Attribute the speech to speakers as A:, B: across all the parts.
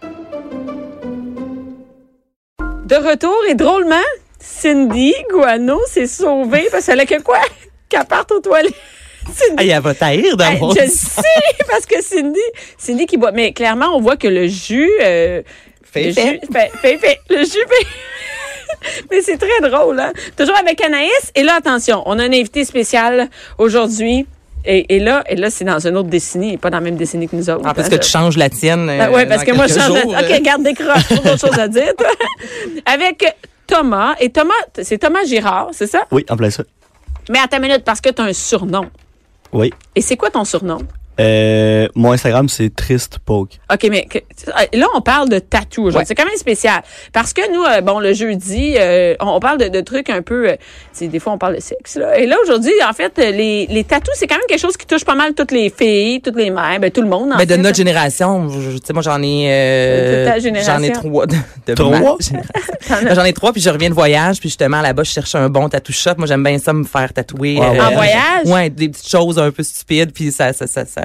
A: De retour et drôlement, Cindy Guano s'est sauvée parce qu'elle a que quoi? Qu'elle parte aux toilettes. Cindy.
B: Hey, elle va taillir dans
A: Hey,
B: mon
A: je
B: sens.
A: sais, parce que Cindy, Cindy qui boit. Mais clairement, on voit que le jus. euh, le
B: Fait,
A: jus.
B: fait.
A: fait- fait- fait. Le jus fait- Mais c'est très drôle, hein? Toujours avec Anaïs. Et là, attention, on a un invité spécial aujourd'hui. Et, et là, et là c'est dans une autre décennie, et pas dans la même décennie que nous autres.
B: En plus
A: hein,
B: que
A: je-
B: tu changes la tienne.
A: ben
B: euh,
A: ouais, parce
B: dans
A: que moi, je
B: quelques
A: change.
B: jours,
A: OK,
B: euh.
A: garde décroche. Trop d'autres choses à dire, toi. Avec Thomas. Et Thomas, t- c'est Thomas Girard, c'est ça?
C: Oui, en plein ça.
A: Mais attends une minute, parce que tu as un surnom.
C: Oui.
A: Et c'est quoi ton surnom?
C: Euh, mon Instagram, c'est Triste Poke.
A: OK, mais que- euh, là, on parle de tatou aujourd'hui. C'est quand même spécial. Parce que nous, euh, bon, le jeudi, euh, on, on parle de, de trucs un peu... euh, tu sais, des fois, on parle de sexe. Là. Et là, aujourd'hui, en fait, euh, les, les tatous, c'est quand même quelque chose qui touche pas mal toutes les filles, toutes les mères, ben, tout le monde. en
B: Ben, de
A: fait.
B: notre génération, je- je- tu sais, moi, j'en ai, euh,
A: De ta génération.
B: j'en ai trois. De, de
C: Trois?
B: ma génération. j'en ai trois, puis je reviens de voyage, puis justement, là-bas, je cherche un bon tatou shop. Moi, j'aime bien ça, me faire tatouer.
C: Ah, ouais.
A: En voyage?
B: Ouais, des petites choses un peu stupides, puis ça, ça, ça, ça,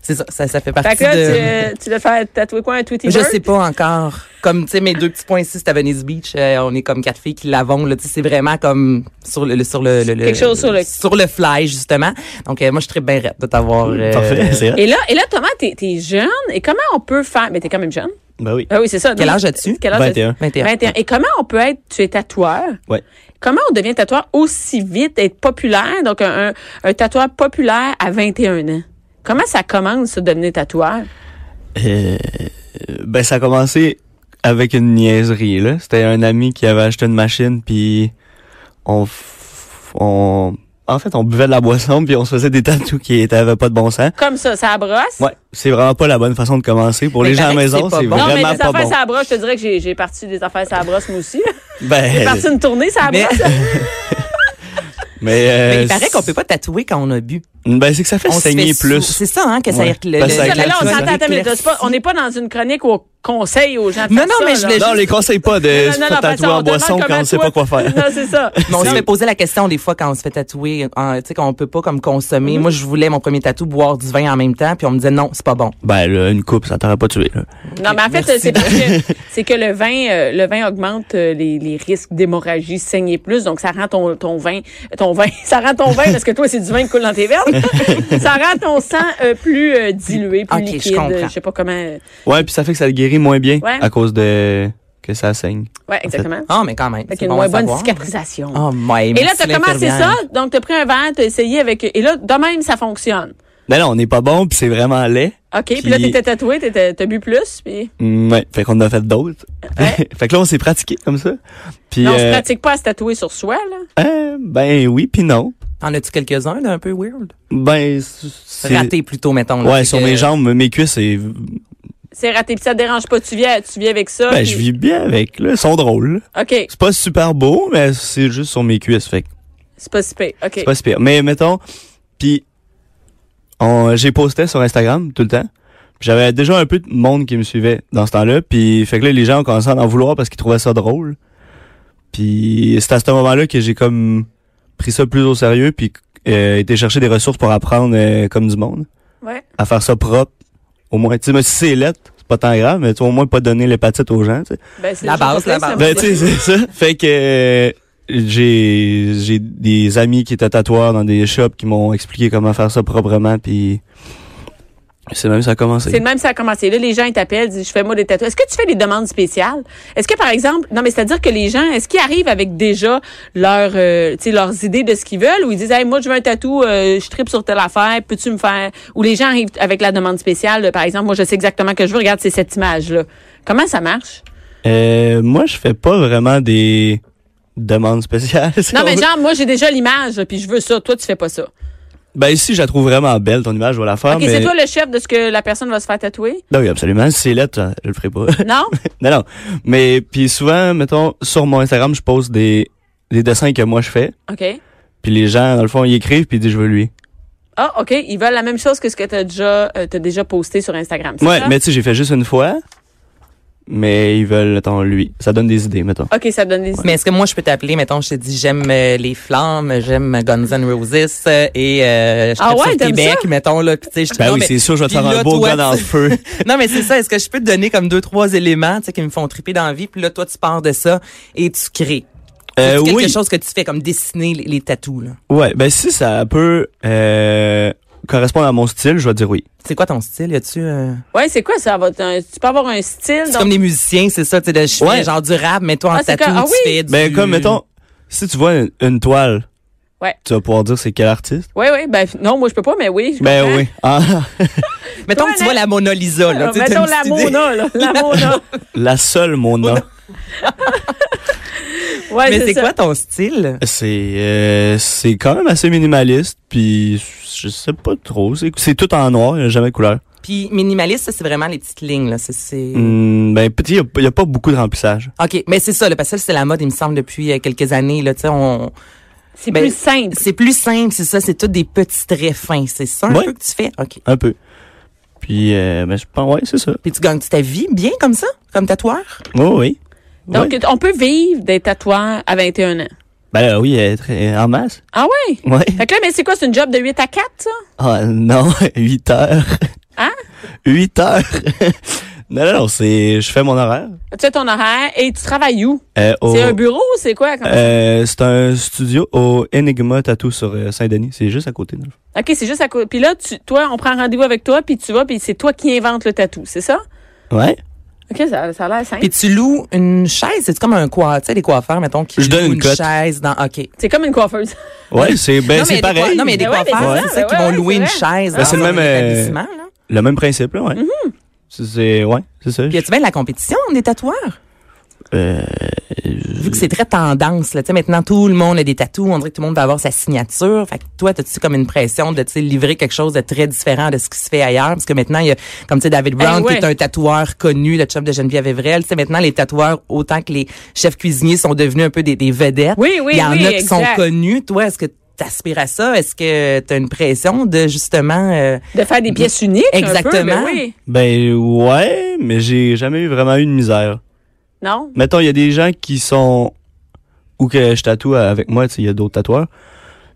B: c'est ça, ça, ça fait partie
A: Fait que là,
B: de...
A: tu, euh, tu dois faire tatouer quoi, un Tweety
B: Je
A: Bird?
B: sais pas encore. Comme, tu sais, mes deux petits points ici, c'est à Venice Beach. Euh, on est comme quatre filles qui l'avons. là. Tu sais, c'est vraiment comme sur le, le- sur le, le- le-
A: Quelque chose sur le-
B: sur le fly, justement. Donc, euh, moi, je serais bien raide de t'avoir. euh,
C: Ah, Parfait, c'est vrai.
A: Et là, et là Thomas, t'es es jeune. Et comment on peut faire... Mais t'es quand même jeune.
C: Ben
B: Euh.
C: oui.
A: Ah oui, c'est ça.
B: Quel
A: Donc,
B: âge as-tu?
A: Quel âge as-tu?
C: 21.
B: 21.
A: 21. Et comment on peut être... Tu es tatoueur.
C: Ouais.
A: Comment on devient tatoueur aussi vite, être populaire, donc un, un, un tatoueur populaire à 21 ans? Comment ça commence, ça, devenir tatoueur?
C: Euh, ben, ça a commencé avec une niaiserie, là. C'était un ami qui avait acheté une machine, puis on, f- on, en fait, on buvait de la boisson, puis on se faisait des tatous qui n'avaient pas de bon sens.
A: Comme ça, ça brosse?
C: Ouais, c'est vraiment pas la bonne façon de commencer. Pour
B: Mais
C: les gens à la
B: paraît que
C: maison,
B: c'est pas
C: c'est
B: bon.
A: Non, mais des
C: vraiment
A: affaires
C: pas bon.
A: ça brosse, je te dirais que j'ai- j'ai parti des affaires ça brosse, moi aussi. J'ai
C: Ben,
A: parti une tournée Ah, ça
B: Mais-
A: brosse.
C: mais, euh,
B: Mais il paraît qu'on peut pas tatouer quand on a bu.
C: Ben, c'est que ça fait
B: on se
C: saigner
B: fait
C: plus.
B: sous- C'est ça, hein, que ça
C: Ouais.
B: éclaire- le,
C: Parce
B: le-
C: que ça
A: Ça, mais là, on
C: éclate,
A: s'entend, attends, mais
B: éclaircit.
A: c'est pas- on n'est pas dans une chronique où on conseille aux gens de
B: Non,
A: faire
B: non,
A: ça,
B: mais je
A: là.
B: voulais
C: Non, on les conseille pas de
A: Non,
C: se
A: non, non,
C: faire
A: parce
C: tatouer
A: qu'on
C: en boisson
A: demande
C: quand on
A: comment
C: sait
A: toi-
C: pas quoi faire.
A: Non, c'est ça.
B: Mais on se
C: C'est-
B: fait poser la question des fois quand on se fait tatouer, en- tu sais, qu'on peut pas comme
A: Mm-hmm.
B: consommer. Moi, je voulais mon premier tatou boire du vin en même temps, puis on me disait non, c'est pas bon.
C: Ben, là, une coupe, ça t'aurait pas tué, là.
A: Non, mais en fait,
B: merci.
A: c'est parce que, c'est que le vin, euh, le vin augmente euh, les, les risques d'hémorragie, saigner plus. Donc, ça rend ton, ton vin, ton vin, ça rend ton vin, parce que toi, c'est du vin qui coule dans tes verres. ça rend ton sang euh, plus euh, dilué, plus
B: Ok, je
A: liquide.
B: comprends.
A: Je sais pas comment. euh,
C: Ouais, puis ça fait que ça le guérit moins bien
A: Ouais.
C: à cause de que ça saigne.
A: Ouais, exactement.
B: Ah, mais quand même.
A: Fait
B: c'est
A: qu'il y a une
B: bon
A: moins
B: à
A: bonne
B: savoir.
A: cicatrisation.
B: Oh, my,
A: et là,
B: merci,
A: t'as commencé
B: l'infirmière.
A: ça. Donc, t'as pris un verre, t'as essayé avec, et là, de même, ça fonctionne.
C: Ben non, on n'est pas bon, puis c'est vraiment laid.
A: OK. Puis là,
C: Puis-
A: t'étais tatoué, t'étais- t'as bu plus, puis.
C: Mm, ouais, fait qu'on en a fait d'autres.
A: Ouais.
C: fait que là, on s'est pratiqué comme ça. Puis,
A: Non, on se
C: euh,
A: pratique pas à se tatouer sur soi, là.
C: euh, ben oui, puis non.
B: En as-tu quelques-uns, là, un peu weird?
C: Ben, c'est...
B: Raté plutôt, mettons. là,
C: Ouais,
B: c'est
C: sur
B: que-
C: mes jambes, mes cuisses, c'est...
A: C'est raté, puis ça te dérange pas. Tu viens, tu viens avec ça.
C: Ben,
A: puis-
C: je vis bien avec, là. Ils sont drôles.
A: OK.
C: C'est pas super beau, mais c'est juste sur mes cuisses, fait que
A: C'est pas si pire. OK.
C: c'est pas super. Mais mettons, puis on- j'ai posté sur Instagram tout le temps. Puis J'avais déjà un peu de monde qui me suivait dans ce temps-là, puis fait que là, les gens ont commencé à en vouloir parce qu'ils trouvaient ça drôle. Puis c'est à ce moment-là que j'ai comme pris ça plus au sérieux, puis euh, été chercher des ressources pour apprendre euh, comme du monde
A: Ouais.
C: à faire ça propre. Au moins, tu sais, mais si c'est lettre, c'est pas tant grave, mais tu sais, au moins pas donner l'hépatite aux gens, tu sais.
A: Ben, c'est
B: La
A: le
B: base,
A: chocolat,
B: la
A: ça,
B: base.
A: moi.
C: Ben, tu sais, c'est ça. Fait que euh, j'ai j'ai des amis qui étaient tatoueurs dans des shops qui m'ont expliqué comment faire ça proprement, puis c'est même ça a commencé.
A: c'est le même, ça a commencé. Là, les gens, ils t'appellent, disent, je fais moi des tatouages. Est-ce que tu fais des demandes spéciales? Est-ce que, par exemple, non, mais c'est-à-dire que les gens, est-ce qu'ils arrivent avec déjà leur, euh, tu sais, leurs idées de ce qu'ils veulent ou ils disent, hey, moi, je veux un tatou, euh, je tripe sur telle affaire, peux-tu me faire? Ou les gens arrivent avec la demande spéciale, euh, par exemple, moi, je sais exactement ce que je veux, regarde, c'est cette image-là. Comment ça marche?
C: Euh, moi, je fais pas vraiment des demandes spéciales. si
A: Non,
C: on
A: mais
C: veut.
A: genre, moi, j'ai déjà l'image, puis je veux ça. Toi, tu fais pas ça.
C: Ben ici, je la trouve vraiment belle, ton image, je vais la faire.
A: OK,
C: Ah, mais...
A: c'est toi le chef de ce que la personne va se faire tatouer?
C: Ben oui, absolument. Si c'est lettre, je le ferai pas.
A: Non?
C: non, non. Mais puis souvent, mettons, sur mon Instagram, je pose des, des dessins que moi je fais.
A: OK.
C: Puis les gens, dans le fond, ils écrivent puis ils disent je veux lui.
A: Ah, OK. Ils veulent la même chose que ce que tu as déjà, euh, t'as déjà posté sur Instagram. c'est
C: Ouais,
A: ça?
C: mais tu sais, j'ai fait juste une fois. Mais ils veulent, mettons, lui. Ça donne des idées, mettons.
A: OK, ça donne des idées.
B: Mais est-ce que moi, je peux t'appeler, mettons, je te dis, j'aime euh, les flammes, j'aime Guns N' Roses euh, et euh, je
A: Ah
B: tripe
A: ouais,
B: sur
A: t'aimes
B: Québec, mettons, là. puis tu sais, je te-
C: Ben
B: non,
C: oui,
B: mais-
C: c'est sûr, je vais te
B: puis
C: faire un
B: là,
C: beau
B: toi,
C: gars dans le
B: tu-
C: feu.
B: Non, mais c'est ça. Est-ce que je peux te donner comme deux, trois éléments, tu sais, qui me font triper dans la vie, puis là, toi, tu pars de ça et tu crées.
C: Euh,
B: C'est quelque
C: oui.
B: chose que tu fais, comme dessiner les, les tatous, là.
C: Ouais, ben si ça peut euh, correspondre à mon style, je vais dire oui.
B: C'est quoi ton style? Y a-tu, euh,
A: Ouais, c'est quoi ça? Va être un- tu peux avoir un style.
B: C'est
A: donc-
B: comme des musiciens, c'est ça, tu sais, de- je fais
C: Ouais.
B: genre du rap, mais toi, en
A: Ah, c'est
B: tatou,
A: que- ah
B: tu
A: oui.
B: fais du...
C: Ben comme, mettons, si tu vois une, une toile,
A: Ouais.
C: tu vas pouvoir dire c'est quel artiste.
A: Oui, oui. Ben, non, moi, je peux pas, mais oui. je
C: Ben
A: comprends.
C: oui. Ah,
B: Mettons
A: Toi,
B: que tu
A: Alex-
B: vois la Mona Lisa, là.
A: Ah,
B: tu sais, t'as
A: Mettons
B: une
A: la
B: petite idée.
A: Mona, là. La Mona.
C: la seule, mon nom.
A: Ouais,
B: Mais c'est
A: ça.
B: quoi ton style?
C: C'est euh, c'est quand même assez minimaliste, puis je sais pas trop. C'est c'est tout en noir, il n'y a jamais de couleur.
B: Puis minimaliste, ça, c'est vraiment les petites lignes, là. C'est... c'est-
C: Hmm, ben petit, il n'y a, pas beaucoup de remplissage.
B: OK, mais c'est ça, là, parce que ça, c'est la mode, il me semble, depuis euh, quelques années, là, tu sais, on...
A: C'est
B: Ben,
A: plus simple.
B: C'est plus simple, c'est ça, c'est tout des petits traits fins, c'est ça un
C: Ouais.
B: peu que tu fais? OK.
C: Un peu. Puis, euh, ben, je pense, ouais, c'est ça.
B: Puis tu gagnes ta vie bien comme ça, comme tatoueur?
C: Oh, oui.
A: Donc,
C: Ouais.
A: on peut vivre des tatouages à 21 ans.
C: Ben oui, euh, très, en masse.
A: Ah ouais?
C: Ouais.
A: Fait que là, mais c'est quoi? C'est une job de 8 à 4, ça?
C: Ah non, 8 heures.
A: Hein?
C: 8 heures. non, non, non, c'est, je fais mon horaire.
A: Tu fais ton horaire et tu travailles où?
C: Euh, au-
A: C'est
B: Oh.
A: un bureau? C'est quoi? comme-
C: euh, c'est un studio au Enigma Tattoo sur euh, Saint-Denis. C'est juste à côté. dans le fond.
A: OK, c'est juste à côté. Puis là, tu, toi, on prend rendez-vous avec toi, puis tu vas, puis c'est toi qui inventes le tatou, c'est ça?
C: Ouais.
A: OK, ça, ça a l'air simple.
B: Puis tu loues une chaise, c'est comme un coiffeur, tu sais, les coiffeurs, mettons, qui
C: Je donne
B: louent
C: une cote.
B: chaise dans... OK.
A: C'est comme une coiffeuse.
C: Ouais, c'est,
B: non,
C: ben,
B: mais il
C: c'est
B: y a des
C: pareil.
B: coiffeurs- non, mais il y a des
A: Ouais, mais
B: coiffeurs,
A: c'est
B: c'est
A: ça,
B: ça, qui
A: ouais,
B: vont
A: ouais,
B: louer
A: c'est
B: une
A: vrai.
B: chaise
C: Ben, c'est le
B: dans
C: même,
B: un
C: euh,
B: établissement, là.
C: Le même principe, là, ouais. C'est- C'est, ouais, c'est ça.
B: Mm-hmm. Puis, y a-tu bien de la compétition des tatoueurs?
C: Euh,
B: Vu que c'est très tendance, là. Tu sais, maintenant, tout le monde a des tatous. On dirait que tout le monde va avoir sa signature. Fait que toi, t'as-tu comme une pression de, tu sais, livrer quelque chose de très différent de ce qui se fait ailleurs? Parce que maintenant, il y a, comme tu sais, David Brown,
A: Eh ouais.
B: qui est un tatoueur connu, le chef de Geneviève Evrel. Tu sais, maintenant, les tatoueurs, autant que les chefs cuisiniers sont devenus un peu des, des vedettes.
A: Oui, oui,
B: Il y en
A: oui,
B: a qui sont
A: exact.
B: connus. Toi, est-ce que t'aspires à ça? Est-ce que t'as une pression de, justement, euh,
A: De faire des pièces uniques. un peu,
B: Exactement.
A: ben oui.
C: ben, ouais, mais j'ai jamais eu vraiment eu de misère.
A: Non?
C: Mettons, il y a des gens qui sont ou que je tatoue avec moi, tu sais, il y a d'autres tatoueurs.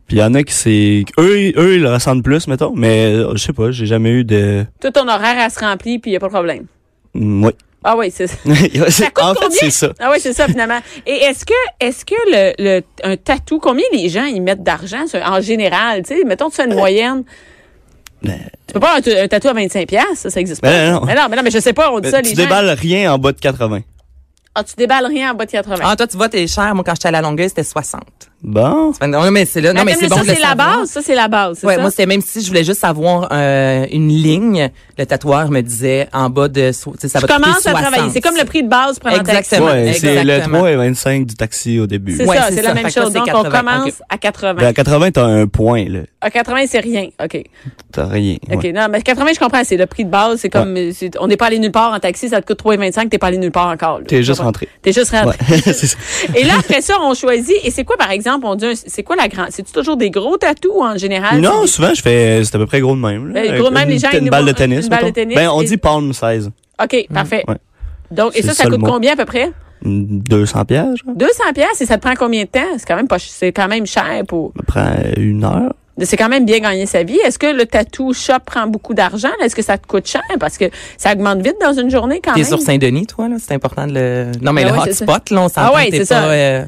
C: Puis il y en a qui c'est eux eux ils le ressentent plus mettons, mais euh, je sais pas, j'ai jamais eu de
A: Tout ton horaire, elle se remplit, puis il n'y a pas de problème.
C: Mm, oui.
A: Ah oui, c'est ça. Ça coûte
C: en fait,
A: combien?
C: c'est ça.
A: Ah oui, c'est ça, finalement. Et est-ce que, est-ce que le, le, un tatou, combien les gens y mettent d'argent sur- en général? Tu sais, mettons, tu fais une moyenne.
B: Ben,
A: Tu peux pas avoir un, t- un tatou à 25$, piastres, ça, ça existe pas.
C: Ben non.
A: Mais non, mais non, mais je sais pas, on dit
B: Ben,
C: Mais
A: ça, les
C: Euh, tu
A: gens.
C: déballes rien en bas de 80.
A: Ah, tu déballes rien en bas de 80.
B: ah, toi, tu vois, t'es cher. Moi, quand j'étais à la longueur, c'était 60.
C: Bon.
B: Fait que Non, mais c'est là, non, mais
A: Attends,
B: c'est bon
A: ça,
B: de le
A: c'est la
B: savoir.
A: base, ça, c'est la base, c'est
B: Ouais,
A: ça?
B: moi c'était même si je voulais juste avoir euh, une ligne, le tatoueur me disait en bas de so- tu sais, ça
A: tu
B: va te coûter
A: commences à
B: 60.
A: travailler. C'est comme le prix de base pour
B: Exactement.
C: Ouais, c'est le
B: Exactement.
C: 3 et 25 du taxi au début.
A: C'est
B: Ouais,
A: ça,
B: c'est
A: c'est la
B: ça.
A: même
B: Fait que là,
A: chose.
B: c'est
A: Donc, on
B: 80,
A: commence
B: ok.
A: à
C: Mais
A: 80.
C: à 80 t'as un point là,
A: À 80, c'est rien. OK.
C: t'as rien. ouais.
A: OK. Non, mais 80, je comprends. C'est le prix de base. C'est comme, euh, c'est- on n'est pas allé nulle part en taxi. Ça te coûte 3,25. T'es pas allé nulle part encore. là.
C: T'es
A: Tu
C: juste
A: comprends?
C: rentré.
A: T'es juste rentré.
C: Ouais, c'est ça.
A: Et là, après ça, on choisit. Et c'est quoi, par exemple, on dit, un- c'est quoi la grande, c'est-tu toujours des gros tatous, en général?
C: Non,
A: Ah, C'est-
C: souvent je fais c'est à peu près gros de même là.
A: Ben, gros de même,
C: Une-
A: les gens, ils
C: une
A: nous
C: balle de
A: vont-
C: tennis.
A: une balle de
C: mettons.
A: tennis
C: Ben on
A: et-
C: dit palm 16,
A: OK, parfait.
C: Mhm. ouais.
A: Donc, et
C: C'est
A: ça, ça
C: ça, le
A: coûte
C: mot.
A: combien, à peu près?
C: 200 pièges. Ça
A: 200 pièces et ça te prend combien de temps? C'est quand même pas, ch- c'est quand même cher pour,
C: me prend une heure.
A: c'est quand même bien gagner sa vie. Est-ce que le tattoo shop prend beaucoup d'argent? Est-ce que ça te coûte cher? Parce que ça augmente vite dans une journée quand
B: T'es
A: même.
B: sur Saint-Denis, toi, là. C'est important de le. Non, mais
A: Ben
B: le
A: ouais, c'est
B: hotspot, là, on s'entend.
A: Ah ouais,
B: t'es
A: c'est
B: pas,
A: ça.
B: euh,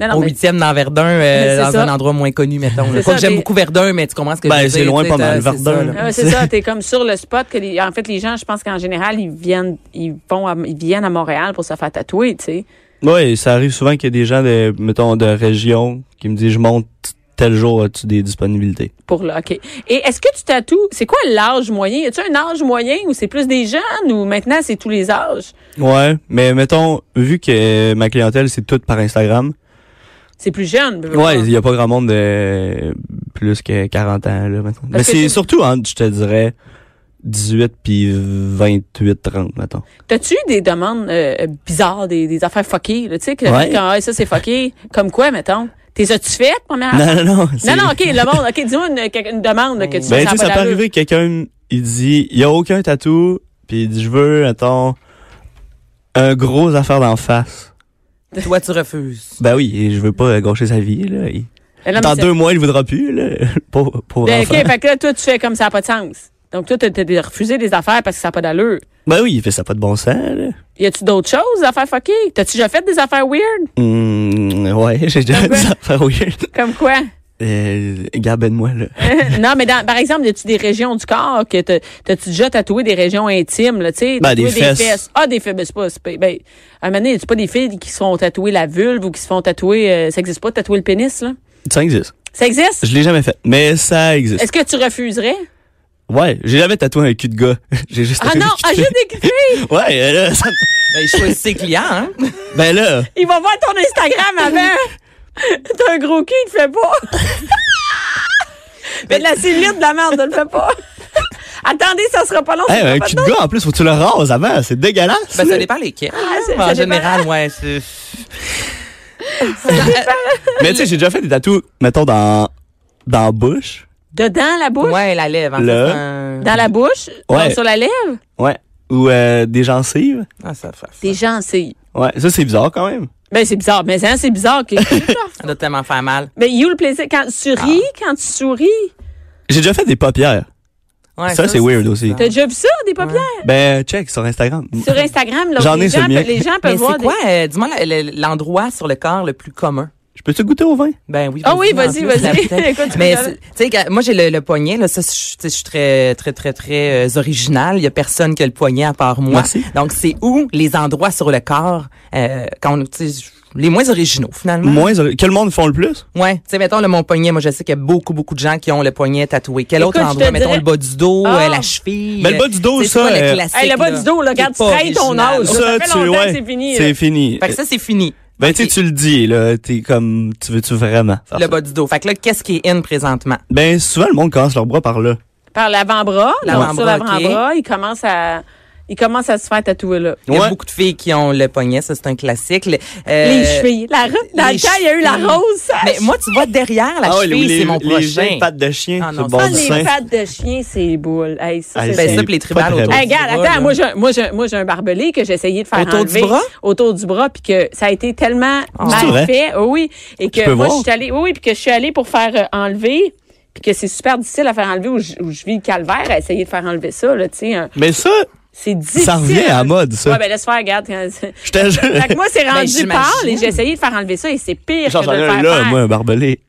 A: Non, non,
B: au
A: mais-
B: huitième dans Verdun, euh,
A: Mais c'est
B: dans
A: ça.
B: un endroit moins connu, mettons. là.
A: C'est
B: Pas
A: ça,
B: que j'aime
A: mais-
B: beaucoup Verdun, mais tu comprends ce que
C: Ben,
B: je veux
C: c'est
B: dire,
C: loin
B: tu sais,
C: pas mal,
B: t'as- c'est ça,
C: Verdun,
B: là.
C: là.
A: Ah, c'est ça, t'es comme sur le spot que les, en fait les gens, je pense qu'en général ils viennent, ils vont, à, ils viennent à Montréal pour se faire tatouer, tu sais.
C: Oui, ça arrive souvent qu'il y a des gens de, mettons, de région qui me disent je monte tel jour, as-tu des disponibilités?
A: Pour là, ok. Et est-ce que tu tatoues C'est quoi l'âge moyen Y a-tu un âge moyen ou c'est plus des jeunes ou maintenant c'est tous les âges
C: Ouais, mais mettons, vu que euh, ma clientèle, c'est toute par Instagram,
A: C'est plus jeune. je veux
C: Ouais,
A: dire.
C: il y a pas grand monde de plus que 40 ans, là, maintenant. Mais
A: que
C: c'est
A: tu-
C: surtout entre, je te dirais, 18 puis 28, 30, mettons.
A: T'as-tu eu des demandes euh, bizarres, des, des affaires fuckées, là, tu sais, que
C: Ouais.
A: quand, ah, ça c'est fucké, comme quoi, mettons? T'es as-tu fait, première?
C: Non, non, Ah. non. c'est-
A: non, non, ok, le monde, ok, dis-moi une, quelque- une demande là, que tu
C: Ben, tu
A: ça a pas
C: sais, ça peut
A: d'allure.
C: arriver que quelqu'un, il dit, il y a aucun tatou, puis il dit, je veux, mettons, un gros affaire d'en face.
B: Toi, tu refuses.
C: Ben oui, et je veux pas euh, gâcher sa vie, là. Il-
A: Mais non, mais
C: Dans
A: c'est-
C: deux mois, il voudra plus, là. Pauvre, pauvre
A: Ben,
C: enfant.
A: ok, fait que là, toi, tu fais comme ça n'a pas de sens. Donc, toi, t'as- t'as refusé des affaires parce que ça n'a pas d'allure.
C: Ben oui, il fait ça pas de bon sens, là.
A: Y a-tu d'autres choses, des affaires fuckées? T'as-tu déjà fait des affaires weird?
C: Hum, ouais, j'ai déjà
A: Comme
C: fait des
A: quoi?
C: affaires weird.
A: Comme quoi?
C: Euh, Gabelle-moi, là.
A: non, mais dans- par exemple, y a-tu des régions du corps que t'as- t'as-tu déjà tatoué des régions intimes, là, tu sais?
C: Ben, des
A: tatoué
C: fesses.
A: Ah, des fesses, ben, c'est pas, c'est pas- ben, à un moment donné, y a-tu pas des filles qui se font tatouer la vulve ou qui se font tatouer, euh, ça existe pas, tatouer le pénis, là?
C: Ça existe.
A: Ça existe?
C: Je l'ai jamais fait, mais ça existe.
A: Est-ce que tu refuserais?
C: Ouais, j'ai jamais tatoué un cul de gars. j'ai juste
A: Ah
C: tatoué
A: non,
C: le cul
A: ah,
C: de-
A: j'ai des filles!
C: Ouais, euh, là, ça-
B: Ben, il choisit ses clients, hein?
C: ben là,
A: Il va voir ton Instagram avant! T'as un gros cul, il le fait pas! mais de la cellulite, de la merde, ne le fait pas! Attendez, ça sera pas long.
C: hey,
A: ça sera
C: un
A: pas
C: cul de gars, en plus, faut que Eh, tu le rases avant, c'est dégueulasse.
B: Ben, ça
C: là.
B: dépend lesquels.
A: c'est-
B: en
A: Ah, ça dépend.
B: général, ouais. c'est-
C: Mais tu sais, j'ai déjà fait des tatous, mettons, dans, dans la bouche.
A: Dedans la bouche?
B: Ouais, la lèvre. En
C: Là.
B: fait, un-
A: Dans la bouche?
C: Ouais.
A: Comme Sur la lèvre?
C: Ouais. Ou euh, des gencives.
B: Ah, ça fait.
A: Des gencives.
C: Ouais, ça, c'est bizarre quand même.
A: Ben, c'est bizarre. Mais hein, c'est bizarre. Que...
B: Ça doit tellement faire mal.
A: Mais you le plaisir. Quand tu ris, quand tu souris,
C: J'ai déjà fait des paupières.
B: Ouais,
C: Ça, c'est weird aussi.
A: t'as déjà vu ça, des paupières?
C: Ben, check sur Instagram.
A: Sur Instagram, là,
C: J'en
A: les,
C: ai
A: gens,
C: sur le mien.
A: peuvent- les gens peuvent
B: Mais
A: voir
B: c'est
A: des-
B: quoi, euh, dis-moi, la- la- l'endroit sur le corps le plus commun?
C: Je peux-tu goûter au vin?
B: Ben oui.
A: Ah oui,
B: en
A: vas-y,
B: plus,
A: vas-y.
B: la bouteille.
A: Écoute, tu
B: Mais
A: peux
B: c'est- tu sais, quand- moi j'ai le, le poignet là, ça je tu sais, je suis très très très très euh, original. Il y a personne qui a le poignet à part moi.
C: Merci.
B: Donc c'est où les endroits sur le corps euh, quand on- tu sais, les moins originaux finalement.
C: Moins, euh, que le monde font le plus?
B: Ouais, tu sais mettons le mon poignet, moi je sais qu'il y a beaucoup beaucoup de gens qui ont le poignet tatoué. Quel
A: Écoute,
B: autre
A: je te
B: endroit mettons
A: dirais-
B: le bas du dos,
A: Ah.
B: euh, la cheville.
C: Ben, le bas du dos,
B: Tu sais, c'est
C: ça,
B: quoi
C: euh,
B: le classique.
A: Hey, le bas
B: là?
A: du dos, là, regarde,
B: C'est
A: tu
B: pas
A: trahis ton
B: original.
A: âge. Ça fait longtemps que c'est fini, là.
C: C'est fini.
B: Fait que ça c'est fini.
C: Ben, tu sais, tu le dis, là. T'es comme, tu veux-tu vraiment faire
B: Le
C: ça?
B: bas du dos. Fait que là qu'est-ce qui est in présentement
C: Ben, souvent, le monde casse leurs bras par là.
A: Par l'avant-bras, l'avant
B: L'avant-bras,
A: sur l'avant-bras, ils commencent à, ils commencent à se faire tatouer, là.
B: Il y a
C: Ouais.
B: beaucoup de filles qui ont le poignet, ça c'est un classique. Le-
A: Les
B: euh,
A: chevilles. La, ro- dans le
B: les
A: temps, il y a eu la
B: chevilles.
A: rose, ça.
B: Mais moi, tu vois, derrière la
C: Ah ouais,
B: cheville,
C: les-
B: c'est mon
C: les- Les
B: prochain.
C: jeunes pattes de chien,
B: Ah
C: c'est
B: non,
C: le
B: ça,
C: bord
A: Ah,
C: du
A: les
C: sein.
A: pattes de chien, c'est boule. Hey, ça,
C: Hey,
A: c'est-
B: ben
C: c'est
B: ça, puis les
C: pas
B: tribales
C: très
B: autour
C: bon.
A: Hey,
B: du
A: regarde,
B: bras,
A: attends,
B: là.
A: moi, j'ai, moi, j'ai, moi, j'ai un barbelé que j'ai essayé de faire
B: Autour du
A: enlever
B: bras?
A: autour du bras, puis que ça a été tellement
C: C'est
A: mal
C: vrai?
A: fait, oh oui, et que
C: peux
A: moi,
C: voir?
A: je suis allée, oui, oui, puis que je suis allée pour faire euh, enlever, puis que c'est super difficile à faire enlever, où je, où je vis le calvaire à essayer de faire enlever ça, là, tu sais, hein.
C: Mais ça,
A: c'est difficile.
C: revient à la mode, ça.
A: Ouais, ben laisse faire, regarde. quand-
C: je te
A: fait que
C: jure.
A: moi, c'est rendu
B: Ben, j'imagine.
A: pâle et j'ai essayé de faire enlever ça et c'est pire
C: Genre,
A: que
C: j'en
A: de
C: ai
A: le
C: un
A: faire
C: là,
A: faire.
C: moi, Mhm. un barbelé.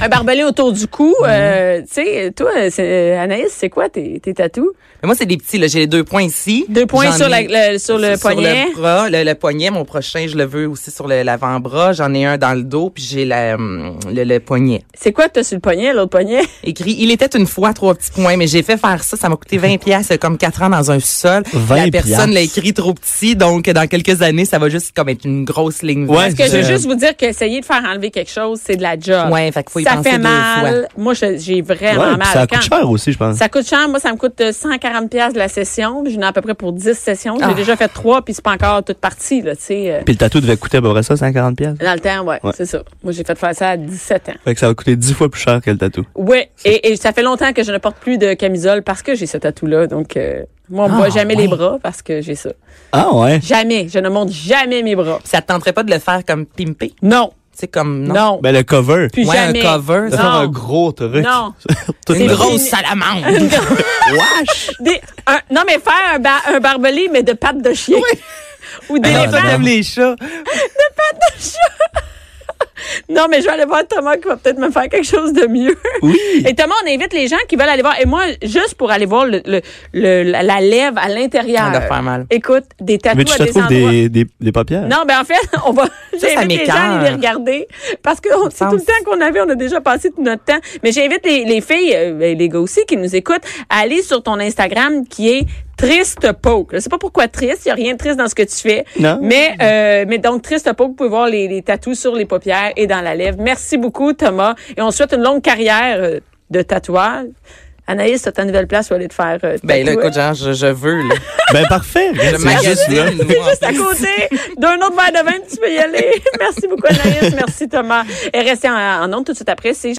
A: Un barbelé autour du cou, euh, tu sais, toi, c'est- euh, Anaïs, c'est quoi tes, tes tatous?
B: Mais moi, c'est des petits, là. J'ai les deux points ici.
A: Deux points
B: J'en
A: sur,
B: ai-
A: la- le- sur le poignet.
B: Sur le bras, le, le poignet, mon prochain, je le veux aussi sur le- l'avant-bras. J'en ai un dans le dos, puis j'ai la, hum, le, le poignet.
A: C'est quoi que t'as sur le poignet, l'autre poignet?
B: Écrit, il était une fois trois petits points, mais j'ai fait faire ça. Ça m'a coûté 20 piastres, comme quatre ans dans un sol.
C: 20
B: La personne l'a
C: piastres.
B: écrit trop petit, donc dans quelques années, ça va juste comme être une grosse ligne.
C: Ouais,
B: verte.
A: Parce que je
C: Euh,
A: veux juste vous dire qu'essayer de faire enlever quelque chose, c'est de la job.
B: Ouais, fait qu'il faut y
A: ça
B: penser
A: fait
B: deux
A: mal. Moi, je- j'ai vraiment
C: Ouais, puis
A: mal.
C: ça coûte
A: Quand-
C: cher aussi, je pense.
A: Ça coûte cher. Moi, ça me coûte euh, 140 pièces la session. puis J'en ai à peu près pour 10 sessions. J'ai
B: Ah.
A: déjà fait trois, puis c'est pas encore toute partie, là, tu sais. euh,
C: Puis le tatou devait coûter à peu près ça, 140 pièces.
A: Dans le temps, ouais,
C: Ouais.
A: c'est ça. Moi, j'ai fait faire ça à 17 ans.
C: Fait que ça va coûter 10 fois plus cher que le tatou.
A: Ouais, et, et ça fait longtemps que je ne porte plus de camisole parce que j'ai ce tatou-là. Donc, euh, moi, on me
B: Ah,
A: voit jamais les
B: ouais.
A: bras parce que j'ai ça.
C: Ah ouais.
A: Jamais. Je ne montre jamais mes bras.
B: Ça te tenterait pas de le faire comme pimper?
A: Non,
B: C'est comme, non.
A: non.
C: Ben le cover.
A: plus
B: ouais, un
A: jamais.
B: cover,
C: Ça
B: ça
C: faire
A: non.
C: un gros truc.
A: Non.
C: Toute
B: Une
C: la-
B: grosse salamandre.
C: Wesh!
A: Des- un- non, mais faire un, ba- un barbelé, mais de pattes de chien. Ou
B: Ben,
A: des
C: Ah,
A: pattes.
C: non.
B: les chats.
A: Non, mais je vais aller voir Thomas qui va peut-être me faire quelque chose de mieux.
C: Oui.
A: Et Thomas, on invite les gens qui veulent aller voir. Et moi, juste pour aller voir le, le- le- la, la lèvre à l'intérieur.
B: Ça doit faire mal.
A: Écoute, des
C: Mais
A: tatouages
C: tu
A: à
C: te
A: des
C: trouves
A: endroits.
C: des, des, des paupières?
A: Non, ben en fait, on va. J'invite les gens à aller les
B: m'écoeure.
A: regarder parce que on- c'est
B: pense.
A: tout le temps qu'on avait, on a déjà passé tout notre ben, temps. Mais j'invite les, les filles, euh, et les gars aussi qui nous écoutent, à aller sur ton Instagram qui est Triste Poke. Je sais pas pourquoi triste, il y a rien de triste dans ce que tu fais.
C: Non.
A: Mais euh, mais donc Triste Poke, vous pouvez voir les, les tatous sur les paupières et dans la lèvre. Merci beaucoup Thomas et on te souhaite une longue carrière euh, de tatouage. Anaïs, t'as ta nouvelle place où aller te faire euh,
B: Ben là,
A: tatouer.
B: écoute, genre, je, je veux, là.
C: Ben parfait.
B: Je
C: C'est juste là.
B: magasine, moi, en
A: juste à côté d'un autre verre de vin, tu peux y aller. Merci beaucoup Anaïs, merci Thomas. Et restez en, en ondes tout de suite après, c'est